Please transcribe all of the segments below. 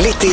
écoutez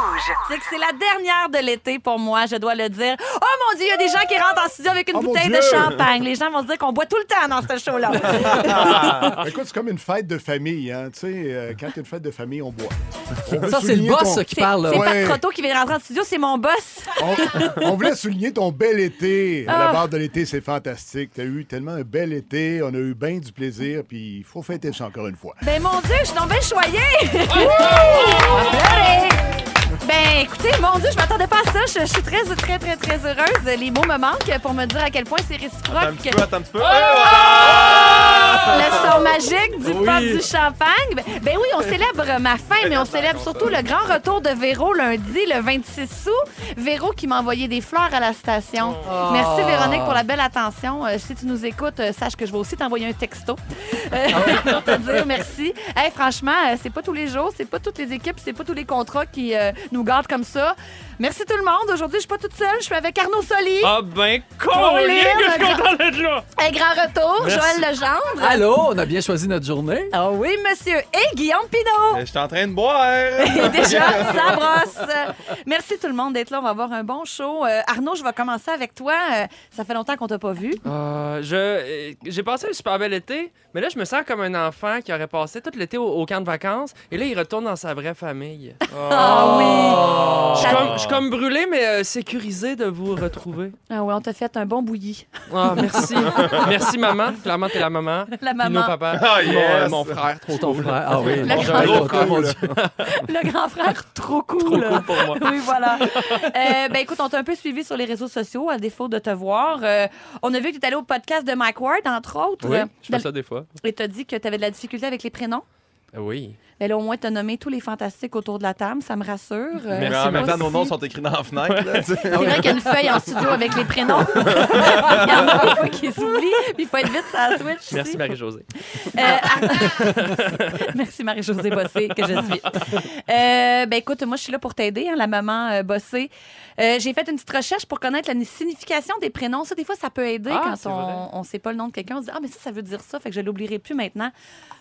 C'est que c'est la dernière de l'été pour moi, je dois le dire. Oh mon Dieu, il y a des gens qui rentrent en studio avec une Oh, mon bouteille Dieu! de champagne. Les gens vont se dire qu'on boit tout le temps dans ce show-là. Écoute, c'est comme une fête de famille. Hein. Tu sais, euh, quand il y a une fête de famille, on boit. Ça, c'est le boss ça, qui C'est parle. là. c'est Ouais. Pat Croteau qui vient de rentrer en studio, c'est mon boss. On, on voulait souligner ton bel été. À Ah. la barre de l'été, c'est fantastique. T'as eu tellement un bel été. On a eu bien du plaisir. Puis il faut fêter ça encore une fois. Ben mon Dieu, je suis tombée choyée. Ben écoutez, mon Dieu, je m'attendais pas à ça. Je, je suis très, très, très, très heureuse. Les mots me manquent pour me dire à quel point c'est réciproque. Attends un petit peu, attends un petit peu. Ah! Le son magique du Oui. pop du champagne. Ben- Ben oui, on célèbre ma fin, mais on célèbre surtout le grand retour de Véro lundi, le 26 août. Véro qui m'a envoyé des fleurs à la station. Oh. Merci Véronique pour la belle attention. Euh, si tu nous écoutes, euh, sache que je vais aussi t'envoyer un texto euh, Ah pour te dire merci. Hey, franchement, euh, c'est pas tous les jours, c'est pas toutes les équipes, c'est pas tous les contrats qui euh, nous gardent comme ça. Merci tout le monde. Aujourd'hui, je suis pas toute seule, je suis avec Arnaud Soli. Ah ben, Colin, colline, que je suis le content d'être là! Un grand retour, Merci. Joël Legendre. Allô, on a bien choisi notre journée. Ah oui, monsieur. Et Guillaume Pinot. Eh, Je suis en train de boire! Et déjà, ça brosse. Merci tout le monde d'être là. On va avoir un bon show. Euh, Arnaud, je vais commencer avec toi. Euh, ça fait longtemps qu'on t'a pas vu. Euh, je, euh, j'ai passé un super bel été, mais là, je me sens comme un enfant qui aurait passé tout l'été au, au camp de vacances, et là, il retourne dans sa vraie famille. Ah oui. Je suis Ça- comme, je suis comme brûlé, mais euh, sécurisé de vous retrouver. Ah oui, on t'a fait un bon bouilli. Ah, merci. merci, maman. Clairement, t'es la maman. La Pino, maman, papa. Ah, yes. mon, mon frère, trop Ton cool. frère. Ah oui, La mon grande- frère, toi, mon Dieu. le grand frère, trop cool. Cool pour moi. Oui, voilà. Euh, ben écoute, on t'a un peu suivi sur les réseaux sociaux, à défaut de te voir. Euh, on a vu que tu étais allé au podcast de Mike Ward, entre autres. Oui, Euh, je fais ça des fois. Et t'as dit que tu avais de la difficulté avec les prénoms. Euh, Oui. Mais là, au moins, t'as nommé tous les fantastiques autour de la table. Ça me rassure. Euh, Mais je sais en même pas temps, nos si- noms sont écrits dans la fenêtre. là, tu sais. C'est vrai qu'il y a une feuille en studio avec les prénoms. il y en a des fois qui s'oublient, puis il faut être vite sur la Switch. tu Merci, sais. Marie-Josée. Euh, Ah. Ar- Merci Marie-Josée Bossé, que je suis. Euh, ben écoute, moi je suis là pour t'aider, hein, la maman euh, Bossé. Euh, J'ai fait une petite recherche pour connaître la signification des prénoms. Ça, des fois, ça peut aider Ah, c'est quand vrai. on ne sait pas le nom de quelqu'un. On se dit, ah, mais ça, ça veut dire ça, fait que je l'oublierai plus maintenant.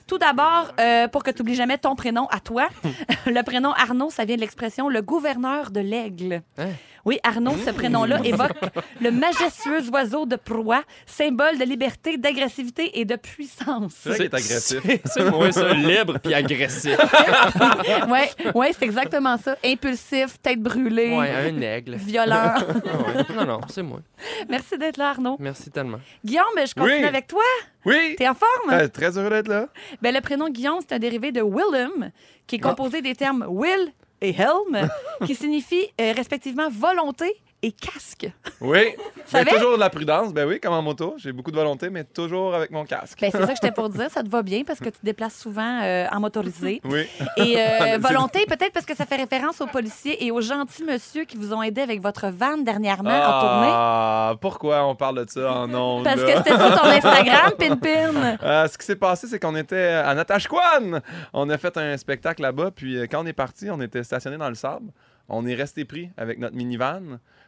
Tout d'abord, euh, pour que tu n'oublies jamais ton prénom à toi, le prénom Arnaud, ça vient de l'expression le gouverneur de l'aigle. Hein? Mmh. Oui, Arnaud, ce prénom-là évoque le majestueux oiseau de proie, symbole de liberté, d'agressivité et de puissance. C'est vrai qu'il est agressif. C'est- C'est moi, ça. Libre puis agressif. Ouais, ouais, c'est exactement ça. Impulsif, tête brûlée, Ouais, un aigle. violent. Ah ouais. Non, non, c'est moi. Merci d'être là, Arnaud. Merci tellement. Guillaume, je continue Oui. avec toi. Oui! T'es en forme? Euh, très heureux d'être là. Ben, le prénom Guillaume, c'est un dérivé de Willem, qui est composé des termes Will et Helm, qui signifient euh, respectivement volonté et casque. Oui. Ça Mais va? toujours de la prudence. Ben oui, comme en moto. J'ai beaucoup de volonté, mais toujours avec mon casque. Ben, c'est ça que j'étais pour dire. Ça te va bien parce que tu te déplaces souvent euh, en motorisé. Oui. Et euh, volonté, peut-être parce que ça fait référence aux policiers et aux gentils monsieur qui vous ont aidé avec votre van dernièrement en tournée. Ah, pourquoi on parle de ça en ondes? Parce que là? c'était ça ton Instagram, Pin-Pin. Euh, ce qui s'est passé, c'est qu'on était à Natashquan. On a fait un spectacle là-bas, puis euh, quand on est parti, on était stationné dans le sable. On est resté pris avec notre minivan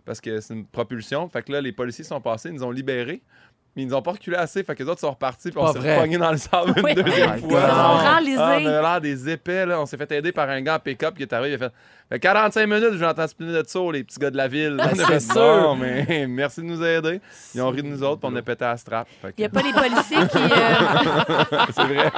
parce que c'est une propulsion. Fait que là, les policiers sont passés, ils nous ont libérés. Mais ils nous ont pas reculé assez, fait que les autres sont repartis, puis on Pas s'est vrai. repognés dans le sable une Oui. deuxième Oh my fois. God. Ils se sont renlisés. Ah, on a l'air des épais, là. On s'est fait aider par un gars en pick-up qui est arrivé, il a fait, Fait 45 minutes, j'entends ce de ça, les petits gars de la ville. On a Ah, c'est fait, sûr. Bon, mais merci de nous aider. Ils ont ri de nous autres, puis on a pété à la strap. Fait que Il n'y a pas les policiers qui. euh, c'est vrai.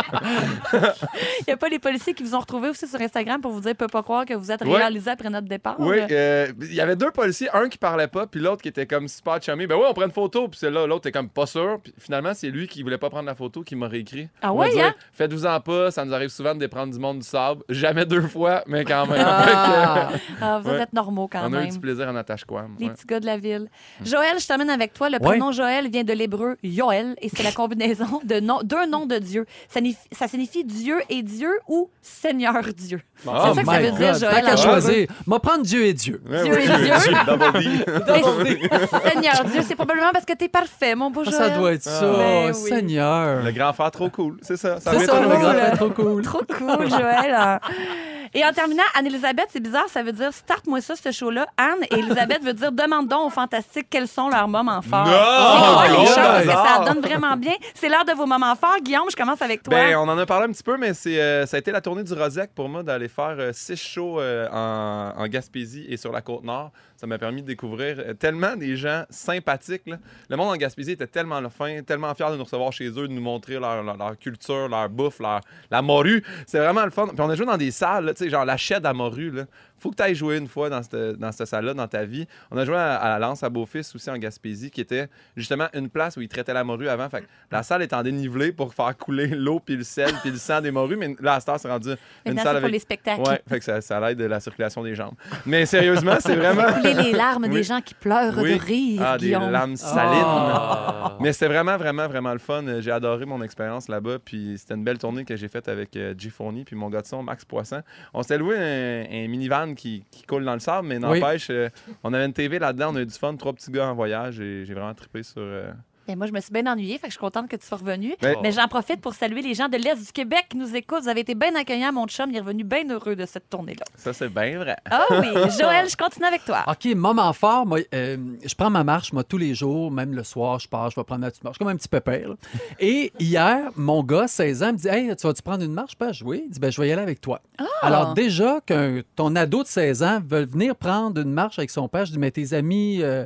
y a pas les policiers qui vous ont retrouvé aussi sur Instagram pour vous dire peut pas croire que vous êtes Ouais. réalisé après notre départ. Oui, euh, il y avait deux policiers, un qui parlait pas, puis l'autre qui était comme super chummy. Ben ouais, on prend une photo, puis là l'autre était comme pas sûr. Puis finalement, c'est lui qui voulait pas prendre la photo qui m'a réécrit. Ah Il m'a ouais, dit, hein? Faites-vous en pas, ça nous arrive souvent de déprendre du monde du sable. Jamais deux fois, mais quand même. Ah. Ah, vous Ouais. êtes normaux quand on a eu même. du plaisir en attache quoi. Les petits gars de la ville. Mm. Joël, je t'amène avec toi. Le Ouais. prénom Joël vient de l'hébreu Yoel et c'est la combinaison de nom, deux noms de Dieu. Ça, signifie- ça signifie Dieu et Dieu ou Seigneur Dieu. Oh ça que ça my veut dire, God, Joël, Tant qu'à en choisir, m'a prendre Dieu et Dieu. Dieu et Dieu. Ah Mais- Attendez. Seigneur Dieu, c'est probablement parce que t'es parfait, mon beau Ah, Joël. Ça doit être Ben ça, oui. Seigneur. Le grand frère trop cool, c'est ça. ça C'est vient ça, trop le loin. grand frère trop cool. Trop cool, Joël. Et en terminant, Anne-Elisabeth, c'est bizarre, ça veut dire starte-moi ça, ce show-là. Anne et Elisabeth veut dire demande donc aux fantastiques quels sont leurs moments forts. Non! C'est quoi les Claude choses? Parce que Lazare! ça donne vraiment bien. C'est l'heure de vos moments forts. Guillaume, je commence avec toi. Ben, on en a parlé un petit peu, mais c'est, euh, ça a été la tournée du Rosec pour moi d'aller faire euh, six shows euh, en, en Gaspésie et sur la côte nord. Ça m'a permis de découvrir euh, tellement des gens sympathiques. là. Le monde en Gaspésie était tellement le fin, tellement fier de nous recevoir chez eux, de nous montrer leur, leur- leur culture, leur bouffe, leur, la morue. C'est vraiment le fun. Puis on a joué dans des salles, là, tu sais, genre la chaîne à morue. Là. Faut que tu ailles jouer une fois dans cette, dans cette salle-là, dans ta vie. On a joué à, à la Lance à Beaufils aussi en Gaspésie, qui était justement une place où ils traitaient la morue avant. Fait que la salle est en dénivelé pour faire couler l'eau, puis le sel, puis le sang des morues. Mais là, à cette heure, c'est rendu une Maintenant, c'est salle pour avec. les spectacles. Ouais, fait que ça, ça aide la circulation des jambes. Mais sérieusement, c'est vraiment. Couler les larmes Oui. des gens qui pleurent Oui. de rire, Ah, des Guillaume. lames salines. Ah. Euh, Ah. Mais c'était vraiment, vraiment, vraiment le fun. J'ai adoré mon expérience là-bas. Puis c'était une belle tournée que j'ai faite avec euh, G Fournier puis mon gars de son, Max Poisson. On s'était loué un, un minivan qui, qui coule dans le sable, mais n'empêche, euh, on avait une TV là-dedans. On a eu du fun. Trois petits gars en voyage. Et j'ai vraiment trippé sur. euh, Ben, moi, je me suis bien ennuyée, fait que je suis contente que tu sois revenue. Ben- Mais j'en profite pour saluer les gens de l'Est du Québec qui nous écoutent. Vous avez été bien accueillants, mon chum. Il est revenu bien heureux de cette tournée-là. Ça, c'est bien vrai. Ah oui, Joël, je continue avec toi. Ah. OK, moment fort, moi, euh, je prends ma marche, moi, tous les jours, même le soir, je pars, je vais prendre ma petite marche, comme un petit pépère. là. Et hier, mon gars, 16 ans, me dit Hey, tu vas-tu prendre une marche pas jouer Il dit ben, Je vais y aller avec toi. Alors, déjà, qu'un ton ado de 16 ans veut venir prendre une marche avec son père, je dis Mais tes amis, euh,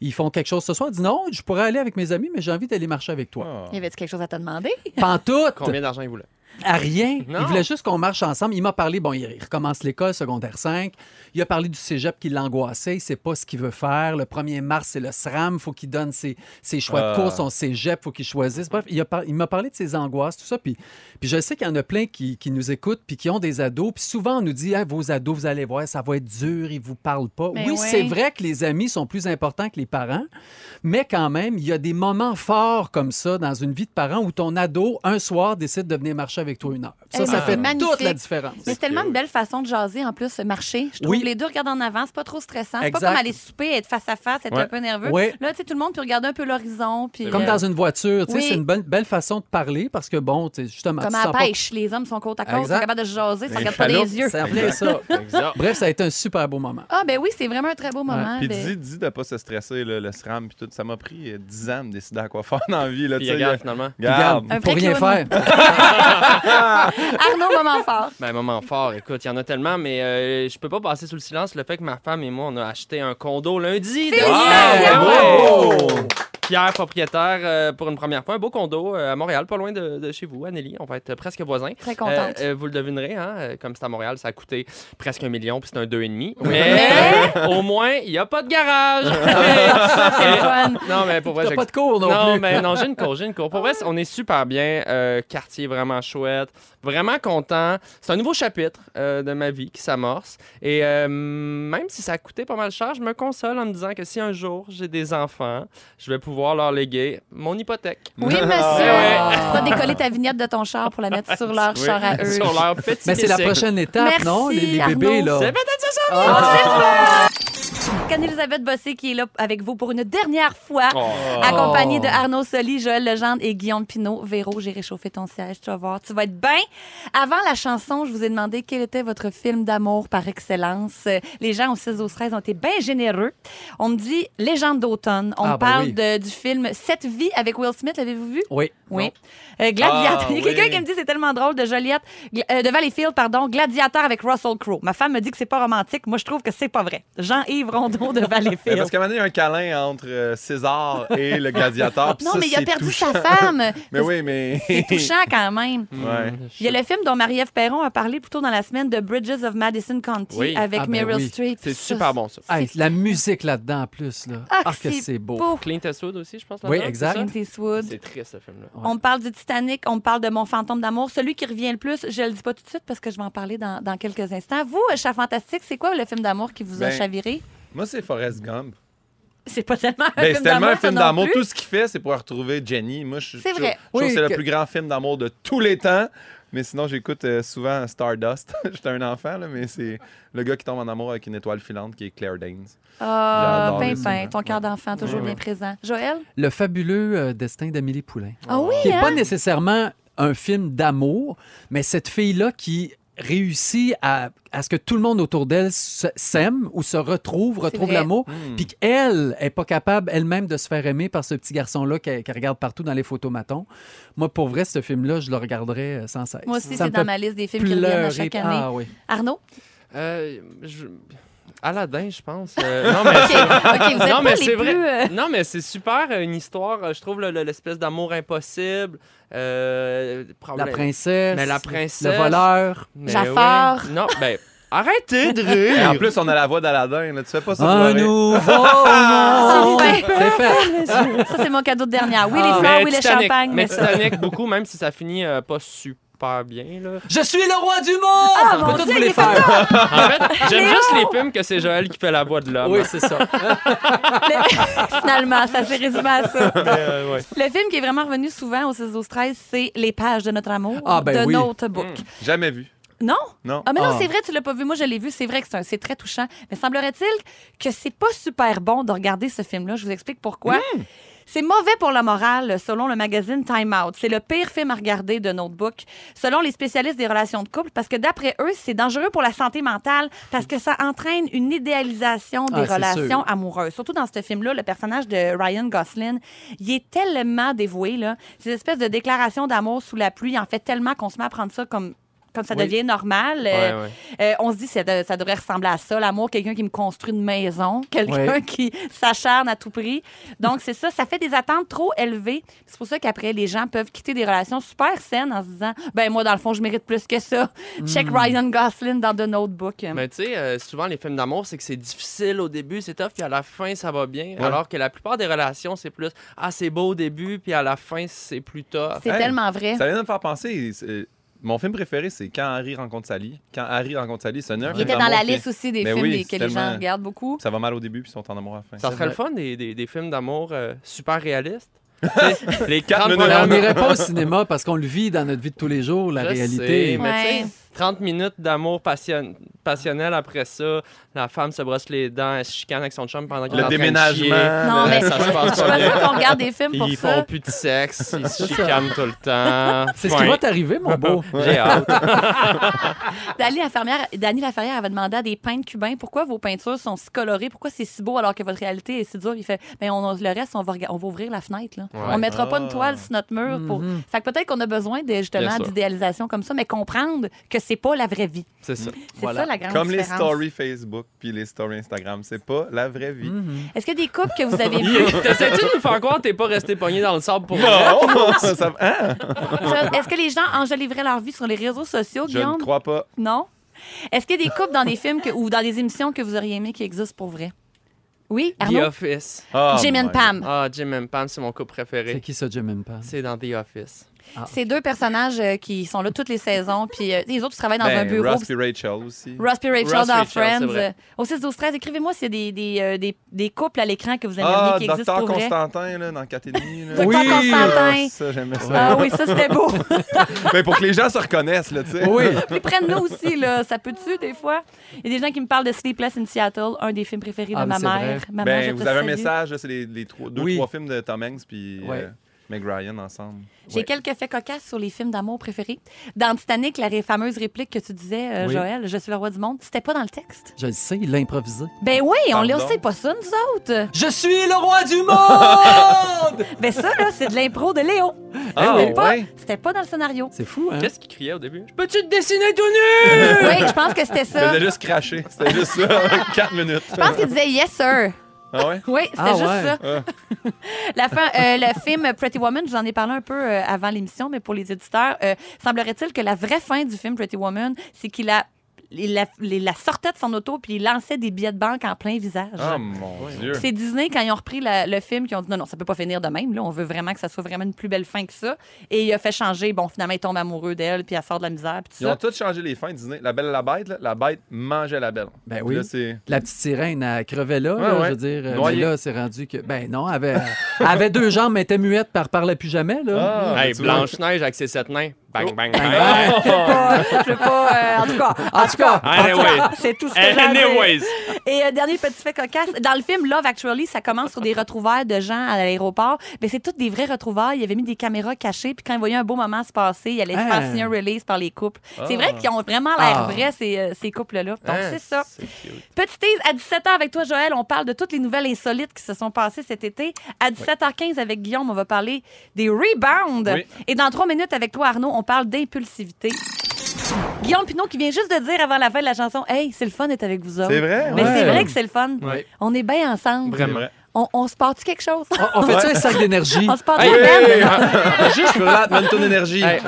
ils font quelque chose ce soir Il dit Non, je pourrais aller avec mes amis, mais j'ai envie d'aller marcher avec toi. Ah. Il Y avait-tu quelque chose à te demander? Pantoute Combien d'argent il voulait? à rien. Il Non. voulait juste qu'on marche ensemble. Il m'a parlé, bon, il recommence l'école, secondaire 5. Il a parlé du cégep qui l'angoissait. Il sait pas ce qu'il veut faire. Le 1er mars, c'est le SRAM. faut qu'il donne ses, ses choix Ah. de cours, son cégep. faut qu'il choisisse. Bref, il a par- il m'a parlé de ses angoisses, tout ça. Puis, puis je sais qu'il y en a plein qui, qui nous écoutent puis qui ont des ados. Puis souvent, on nous dit Hey, vos ados, vous allez voir, ça va être dur, ils vous parlent pas. Mais oui, ouais. c'est vrai que les amis sont plus importants que les parents. Mais quand même, il y a des moments forts comme ça dans une vie de parent où ton ado, un soir, décide de venir marcher avec toi une heure. Ça, Hey, ça c'est fait magnifique. toute la différence. Mais c'est tellement une belle façon de jaser, en plus, marcher. Je trouve Oui. les deux regardent en avant, c'est pas trop stressant. C'est pas Exact. comme aller souper, être face à face, être Ouais. un peu nerveux. Ouais. Là, tu sais, tout le monde peut regarder un peu l'horizon. Puis, Comme euh, dans une voiture, tu sais, Oui. c'est une bonne- belle façon de parler parce que, bon, tu sais, justement, Comme tu à sens la pas- pêche, les hommes sont côte à côte, ils sont Exact. capables de se jaser, ça Les regarde pas les chaloupes, yeux. Ça revenait ça. Exact. Bref, ça a été un super beau moment. Ah, ben oui, c'est vraiment un très beau moment. ben, Puis de- dis, dis de pas se stresser, là, le SRAM, puis tout. Ça m'a pris euh, 10 ans de me décider à quoi faire dans la vie. Là, Puis tu sais, regarde, euh, finalement. garde. Un Pour vrai rien clown. faire. Arnaud, moment fort. Ben, moment fort, écoute, il y en a tellement, mais euh, je peux pas passer sous le silence le fait que ma femme et moi, on a acheté un condo lundi. Félicitations! Ouais, Oh! ouais. Oh! Pierre, propriétaire, euh, pour une première fois, un beau condo euh, à Montréal, pas loin de, de chez vous, Anneli. On va être presque voisins. Très contente. Euh, euh, vous le devinerez, hein, euh, comme c'est à Montréal, ça a coûté presque un million, puis c'est un 2,5. Mais- Mais euh, au moins, il n'y a pas de garage. C'est le fun. non, mais pour vrai, T'as j'ex- pas de cours non, non, plus. mais non, j'ai une cour, j'ai une cour. Pour vrai, on est super bien. euh, quartier vraiment chouette. Vraiment content. C'est un nouveau chapitre euh, de ma vie qui s'amorce. Et euh, même si ça a coûté pas mal cher, je me console en me disant que si un jour j'ai des enfants, je vais pouvoir leur léguer mon hypothèque. Oui, monsieur. Ah. Tu pourras décoller ta vignette de ton char pour la mettre sur leur Oui, char à eux. Sur leur petit Mais c'est la bicycle. prochaine étape, Merci, non? Les, les bébés, Arnaud. là. C'est peut-être ça, ça. Anne-Elisabeth Bossé qui est là avec vous pour une dernière fois, Oh. accompagnée de Arnaud Soli, Joël Legendre et Guillaume Pinault. Véro, j'ai réchauffé ton siège, tu vas voir, tu vas être bien. Avant la chanson, je vous ai demandé quel était votre film d'amour par excellence. Euh, Les gens au 6 au 13 ont été bien généreux. On me dit Légende d'automne. On Ah, me ben parle oui. de- du film Cette vie avec Will Smith, l'avez-vous vu? Oui. Oui. Euh, Gladiateur. Ah, Il y a quelqu'un oui. qui me dit c'est tellement drôle de Joliette, Gl- euh, de Valleyfield, pardon, Gladiateur avec Russell Crowe. Ma femme me dit que c'est pas romantique. Moi, je trouve que c'est pas vrai. Jean-Yves Rondeau de Mais Valleyfield. parce qu'à un moment donné, il y a un câlin entre euh, César et le gladiateur. puis non, ça, mais il a c'est perdu touchant. sa femme. Mais oui, mais. C'est touchant quand même. Ouais. Il y a le film dont Marie-Ève Perron a parlé plus tôt dans la semaine de Bridges of Madison County Oui. avec Ah, ben Meryl oui. Streep. C'est Ça, super bon, ça. Hey, la musique là-dedans, en plus. Là. Ah, Ah, que c'est beau. Clint Eastwood aussi, je pense. Oui, là-dedans, exact. c'est Clint ça? Eastwood. Hein? C'est triste, ce film-là. On me parle du Titanic, on me parle de mon fantôme d'amour. Celui qui revient le plus, je le dis pas tout de suite parce que je vais en parler dans, dans quelques instants. Vous, euh, chat fantastique, c'est quoi le film d'amour qui vous a Ben, chaviré? Moi, c'est Forrest Gump. C'est pas tellement un Ben, c'est film tellement d'amour. un film ça non d'amour. plus. Tout ce qu'il fait, c'est pour retrouver Jenny. Moi, je, je- C'est je- vrai. je Oui, trouve que c'est que- le plus grand film d'amour de tous les temps. Mais sinon, j'écoute euh, souvent Stardust. J'étais un enfant, là, mais c'est le gars qui tombe en amour avec une étoile filante qui est Claire Danes. Ah, J'adore ben, les ben, images. ton cœur d'enfant, toujours Ouais, bien ouais. présent. Joël? Le fabuleux euh, destin d'Amélie Poulain. Ah oui, qui n'est hein? pas nécessairement un film d'amour, mais cette fille-là qui réussi à, à ce que tout le monde autour d'elle se- s'aime ou se retrouve, retrouve vrai. l'amour, Hmm. puis qu'elle est pas capable elle-même de se faire aimer par ce petit garçon-là qu'elle qu'elle regarde partout dans les photos matons. Moi, pour vrai, ce film-là, je le regarderais euh, sans cesse. Moi aussi, Ça c'est me fait dans ma liste des films qui reviennent à pleurer. chaque année. Ah oui. Arnaud? Euh, je- Aladdin, je pense. Euh, non, mais OK, ok, vous êtes non, pas mais les c'est plus... vrai. euh, Non, mais c'est super euh, une histoire. euh, Je trouve le- le- l'espèce d'amour impossible. euh, La problème- princesse. Mais la princesse. Le voleur. Mais Jafar. oui. Non, ben, arrêtez de Et rire. en plus, on a la voix d'Aladin. là. Tu fais pas ça Un pleurer. nouveau Ah, c'est monde. fait. C'est fait. Ça, c'est mon cadeau de dernière. Oui, les Ah, Mais fleurs, oui, le Titanic- champagne, mais Mais ça. Titanic, beaucoup, même si ça finit euh, pas super bien. Là. Je suis le roi du monde. Ah, Je mon peux tout Dieu, vous il les est comme faire. En fait, j'aime juste les films que c'est Joël qui fait la voix de l'homme. Oui, c'est ça. Le- Finalement, ça s'est résumé à ça. Euh, ouais. Le film qui est vraiment revenu souvent au 6 12 13 c'est Les pages de notre amour Ah, ben de oui. Notebook. Jamais vu. Hmm. Non? Non. Ah, mais non, Ah. c'est vrai, tu l'as pas vu. Moi, je l'ai vu. C'est vrai que c'est un- c'est très touchant. Mais semblerait-il que c'est pas super bon de regarder ce film-là. Je vous explique pourquoi. Hmm. C'est mauvais pour la morale, selon le magazine Time Out. C'est le pire film à regarder de Notebook, selon les spécialistes des relations de couple, parce que d'après eux, c'est dangereux pour la santé mentale, parce que ça entraîne une idéalisation des Ah, c'est relations sûr. amoureuses. Surtout dans ce film-là, le personnage de Ryan Gosling, il est tellement dévoué, là. Ces espèces de déclarations d'amour sous la pluie, il en fait tellement qu'on se met à prendre ça comme, comme ça Oui. devient normal. Euh, ouais. euh, on se dit ça, de- ça devrait ressembler à ça, l'amour, quelqu'un qui me construit une maison, quelqu'un Ouais. qui s'acharne à tout prix. Donc, c'est ça, ça fait des attentes trop élevées. C'est pour ça qu'après, les gens peuvent quitter des relations super saines en se disant, ben moi, dans le fond, je mérite plus que ça. Check Ryan Gosling dans The Notebook. Mais tu sais, euh, souvent les films d'amour, c'est que c'est difficile au début, c'est tough, puis à la fin, ça va bien. Alors que la plupart des relations, c'est plus Ah, c'est beau au début, puis à la fin, c'est plus tough. c'est Hey, tellement vrai. Ça vient de me faire penser. c'est- Mon film préféré, c'est Quand Harry rencontre Sally. Quand Harry rencontre Sally, c'est un Il était dans la liste aussi des Ah, Mais films oui, des- que c'est les gens tellement- regardent beaucoup. Ça va mal au début, puis ils sont en amour à la fin. Ça serait le fun des, des- des films d'amour euh, super réalistes. Tu sais, les Quatre minutes. 30 Mais on premières minutes. n'irait pas au cinéma parce qu'on le vit dans notre vie de tous les jours, la Je réalité. sais, mais tu sais, Ouais. 30 minutes d'amour passion- passionnel après ça, la femme se brosse les dents, elle se chicane avec son chum pendant qu'il est Le en train de déménagement. chier. Non, Ouais, mais ça se je passe suis pas pas bien. sûre qu'on regarde des films pour Ils ça. font plus de sexe, ils se chicanent tout le temps. C'est ce qui Point. va t'arriver, mon beau. J'ai hâte. Dani Laferrière, Dani Laferrière avait demandé à des peintres cubains pourquoi vos peintures sont si colorées, pourquoi c'est si beau alors que votre réalité est si dure. Il fait, mais on, le reste, on va, rega- on va ouvrir la fenêtre. Là. Ouais. Mm-hmm. On mettra pas une Ah. toile sur notre mur. Pour... Fait que peut-être qu'on a besoin de, justement Bien sûr. d'idéalisation comme ça, mais comprendre que c'est pas la vraie vie. C'est ça. C'est Voilà. ça la grande Comme les différence. stories Facebook puis les stories Instagram, c'est pas la vraie vie. Mhm. Est-ce qu'il y a des couples que vous avez vus? T'essaies-tu de nous faire croire que t'es pas resté pogné dans le sable pour Non! Ça- hein? Ça, Est-ce que les gens enjolivraient leur vie sur les réseaux sociaux, Je ne Guillaume? crois pas. Non. Est-ce qu'il y a des couples dans des films que- ou dans des émissions que vous auriez aimé qui existent pour vrai? Oui, The Arnaud? Office. Oh Jim and my Pam. Ah, Jim and Pam, c'est mon couple C'est préféré. qui ça, Jim and Pam? C'est dans The Office. Ah. Ces deux personnages euh, qui sont là toutes les saisons, puis euh, les autres ils travaillent dans Ben, un bureau. Ross et Rachel aussi. Ross puis Rachel Ross dans Rachel, Friends. c'est vrai. Euh, Au 6 12 13 écrivez-moi s'il y a des, des, euh, des- des couples à l'écran que vous aimeriez Ah, qui existent Docteur pour vrai. Constantin, là, dans 4 et demi. là. Docteur Oui. Constantin. Ah, Ça, j'aimais ça. Ah oui, ça c'était beau. Ben, pour que les gens se reconnaissent, là, tu sais. Oui. Puis prennent-nous aussi, là. Ça peut-tu, des fois? Il y a des gens qui me parlent de Sleepless in Seattle, un des films préférés Ah, de ma mais c'est mère. vrai. Maman, je Ben, te vous avez un salue. message, là, c'est les, les trois, deux, Oui. trois films de Tom Hanks puis Ouais. euh, Meg Ryan ensemble. J'ai quelques faits cocasses sur les films d'amour préférés. Dans Titanic, la ré- fameuse réplique que tu disais, euh, Oui. Joël, Je suis le roi du monde, c'était pas dans le texte. Je le sais, il l'a improvisé. Ben oui, on ne Pardon? sait pas ça, nous autres. Je suis le roi du monde! Ben ça, là, c'est de l'impro de Léo. Ah, C'était pas, ouais? c'était pas dans le scénario. C'est fou, hein? Qu'est-ce qu'il criait au début? Peux-tu te dessiner tout nu? Oui, je pense que c'était Je ça. Ah. faisais Je juste cracher. C'était juste ça. 4 minutes. pense qu'il disait yes, sir. Ah ouais? Oui, c'était Ah juste ouais. ça. La fin, euh, le film Pretty Woman, j'en ai parlé un peu euh, avant l'émission, mais pour les éditeurs, euh, semblerait-il que la vraie fin du film Pretty Woman, c'est qu'il a. Il la, il la sortait de son auto puis il lançait des billets de banque en plein visage. Oh mon Dieu. C'est Disney, quand ils ont repris la- le film, qui ont dit non, non, ça peut pas finir de même. Là, on veut vraiment que ça soit vraiment une plus belle fin que ça. Et il a fait changer. Bon, finalement, il tombe amoureux d'elle puis elle sort de la misère. Puis tout Ils ont ça. tous changé les fins Disney. La Belle et la Bête, là, la Bête mangeait la Belle. Ben Puis oui. Là, c'est... La petite sirène, elle crevait là, Ouais, là, ouais. je veux dire. euh, Noyée. mais là, c'est rendu que. Ben non, elle avait, elle avait deux jambes, mais elle était muette, par parlait plus jamais, là. Ah, Hey, tu vois. Blanche-Neige avec ses sept nains. Bang, bang, bang. pas- je veux pas. euh, en tout cas. Ah. En tout cas, en tout cas, Anyway. C'est tout ce que j'ai à dire. Anyways. Et euh, dernier petit fait cocasse, dans le film Love Actually, ça commence sur des retrouvailles de gens à l'aéroport. Mais c'est toutes des vraies retrouvailles. Ils avaient mis des caméras cachées, puis quand ils voyaient un beau moment se passer, ils allaient se Hein. faire signer un release par les couples. C'est Ah. vrai qu'ils ont vraiment l'air Ah. vrais, ces, euh, ces couples-là. Donc, Hein, c'est ça. cute. Petit tease, à 17h avec toi, Joël, on parle de toutes les nouvelles insolites qui se sont passées cet été. À 17h15 avec Guillaume, on va parler des rebounds. Oui. Et dans trois minutes avec toi, Arnaud, on parle d'impulsivité. Guillaume Pinot qui vient juste de dire avant la fin de la chanson Hey, c'est le fun d'être avec vous autres. C'est vrai, Mais ouais. c'est vrai que c'est le fun. Ouais. On est bien ensemble. Vraiment. vrai. On, on se porte quelque chose? on, on fait-tu un sac d'énergie? on se porte Hey, la peine? hey, hey, Juste relate, mets une tonne d'énergie. hey,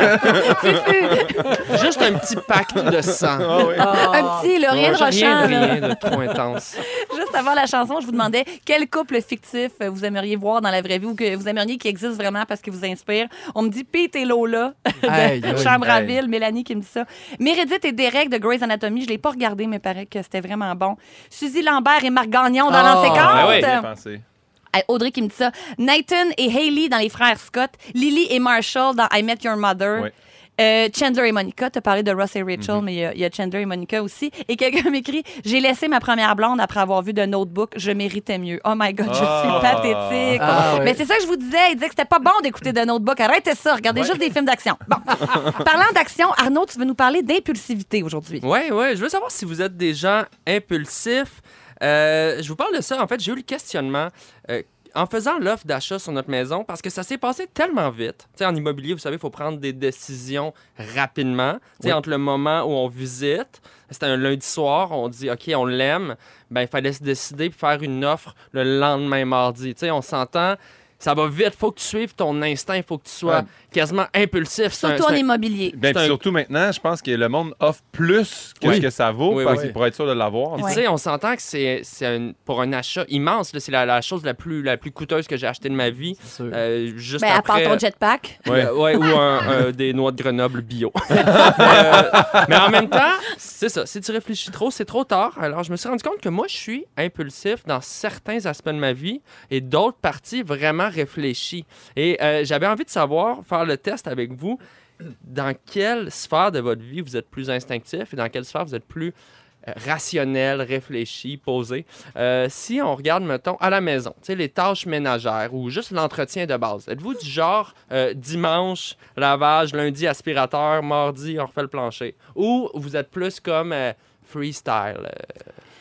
Fufu, hey, juste un petit pacte de sang. Ah oui. Un petit, là, rien de Ouais, rochant. là. rien de trop intense. Juste avant la chanson, je vous demandais quel couple fictif euh, vous aimeriez voir dans la vraie vie ou que vous aimeriez qui existe vraiment parce qu'il vous inspire. On me dit Pete et Lola de Aïe, aïe, Chambre à aïe. Ville, Mélanie qui me dit ça. Mérédith et Derek de Grey's Anatomy, je l'ai pas regardé, mais paraît que c'était vraiment bon. Suzy Lambert et Marc Gagnon dans Ah, l'an 50. ben oui. Bien pensé. Euh, Audrey qui me dit ça. Nathan et Hayley dans Les Frères Scott. Lily et Marshall dans I Met Your Mother. Oui. Euh, Chandler et Monica, tu as parlé de Ross et Rachel, Mhm. mais il y a- il y, a Chandler et Monica aussi. Et quelqu'un m'écrit J'ai laissé ma première blonde après avoir vu de Notebook, je méritais mieux. Oh my God, je Ah. suis pathétique. Ah oui. Mais c'est ça que je vous disais. Il disait que c'était pas bon d'écouter de Notebook. Arrêtez ça, regardez juste des films d'action. Bon. Parlant d'action, Arnaud, tu veux nous parler d'impulsivité aujourd'hui. Ouais, ouais. Je veux savoir si vous êtes des gens impulsifs. Euh, je vous parle de ça. En fait, j'ai eu le questionnement euh, en faisant l'offre d'achat sur notre maison parce que ça s'est passé tellement vite. Tu sais, en immobilier, vous savez, il faut prendre des décisions rapidement. Tu sais, entre le moment où on visite, c'était un lundi soir, on dit OK, on l'aime, ben il fallait se décider puis faire une offre le lendemain mardi. Tu sais, on s'entend. Ça va vite, faut que tu suives ton instinct, faut que tu sois Ouais. quasiment impulsif. C'est un- Surtout en c'est un- immobilier. Ben, C'est puis un- surtout maintenant, je pense que le monde offre plus que Oui. ce que ça vaut Oui, parce oui. qu'il pourrait être sûr de l'avoir. Puis, Ouais. Tu sais, on s'entend que c'est c'est un- pour un achat immense. là, C'est la, la chose la plus, la plus coûteuse que j'ai achetée de ma vie. C'est sûr. Euh, juste Ben, à part après, ton jetpack. euh, ouais, ou un- euh, des noix de Grenoble bio. Euh, mais en même temps, c'est ça. Si tu réfléchis trop, c'est trop tard. Alors, je me suis rendu compte que moi, je suis impulsif dans certains aspects de ma vie et d'autres parties vraiment réfléchies. Et euh, j'avais envie de savoir, faire le test avec vous, dans quelle sphère de votre vie vous êtes plus instinctif et dans quelle sphère vous êtes plus euh, rationnel, réfléchi, posé. Euh, si on regarde, mettons, à la maison, tu sais, les tâches ménagères ou juste l'entretien de base, êtes-vous du genre euh, dimanche, lavage, lundi, aspirateur, mardi, on refait le plancher? Ou vous êtes plus comme euh, freestyle? euh,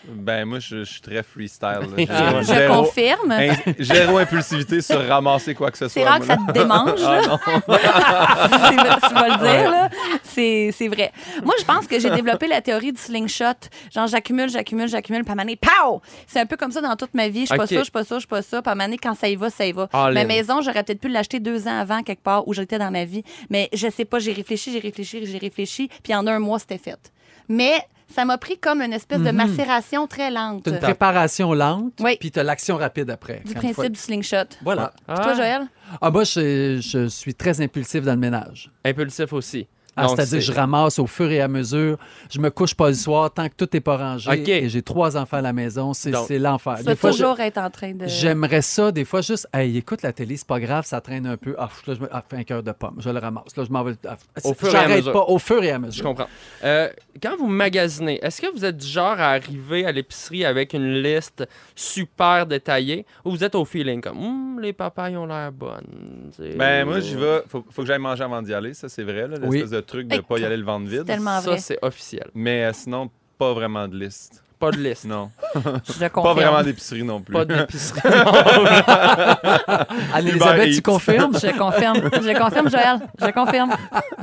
Ben, moi, je, je suis très freestyle. là. Ah, J'ai- Je zéro- confirme. in- Zéro impulsivité sur ramasser quoi que ce soit. C'est rare que moi, ça là. te démange. là. Ah, C'est vrai, tu vas le dire, là. C'est c'est vrai. Moi, je pense que j'ai développé la théorie du slingshot. Genre, j'accumule, j'accumule, j'accumule, pas mané, pow! C'est un peu comme ça dans toute ma vie. Je suis pas Ok. ça, je suis pas ça, je suis pas ça. Pas mané, quand ça y va, ça y va. Ah, All ma in. maison, j'aurais peut-être pu l'acheter deux ans avant, quelque part, où j'étais dans ma vie. Mais je sais pas, j'ai réfléchi, j'ai réfléchi, j'ai réfléchi. Puis en un mois, c'était fait. Mais ça m'a pris comme une espèce de macération très lente Mhm. T'as une préparation lente, Oui. puis t'as l'action rapide après. du Quand une principe fois- du slingshot. Voilà. Puis Toi, Joël? Ah, moi, je, je suis très impulsif dans le ménage. Impulsif aussi. Ah, Donc, C'est-à-dire, c'est- je ramasse au fur et à mesure. Je me couche pas le soir tant que tout n'est pas rangé. OK. Et j'ai trois enfants à la maison. C'est Donc, c'est l'enfer. Tu Ah, Des vas fois, je- toujours euh, être en train de. J'aimerais ça, des fois, juste, hey, écoute la télé, c'est pas grave, ça traîne un peu. Ah, là, je me... ah, fais un cœur de pomme, je le ramasse. Là, je m'en vais. Ah, Au fur et à J'arrête mesure. pas, au fur et à Je mesure. comprends. Euh, quand vous magasinez, est-ce que vous êtes du genre à arriver à l'épicerie avec une liste super détaillée ou vous êtes au feeling comme Hum, les papayes ont l'air bonnes? C'est- Ben, moi, j'y vais. Faut, faut que j'aille manger avant d'y aller, ça, c'est vrai. là, L'espèce Oui. de truc de Hey, pas y aller le ventre C'est vide. tellement Ça, vrai. c'est officiel. Mais euh, sinon, pas vraiment de liste. Pas de liste. Non. Je Pas confirme. vraiment d'épicerie non plus. Pas d'épicerie. Anne-Elisabeth, Uber tu Eats. confirmes? Je confirme. Je confirme, Joël. Je confirme.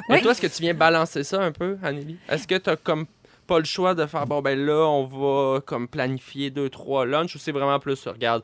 Et Oui. toi, est-ce que tu viens balancer ça un peu, Anneli? Est-ce que tu as comme pas le choix de faire bon, ben là, on va comme planifier deux, trois lunchs ou c'est vraiment plus, ça? regarde.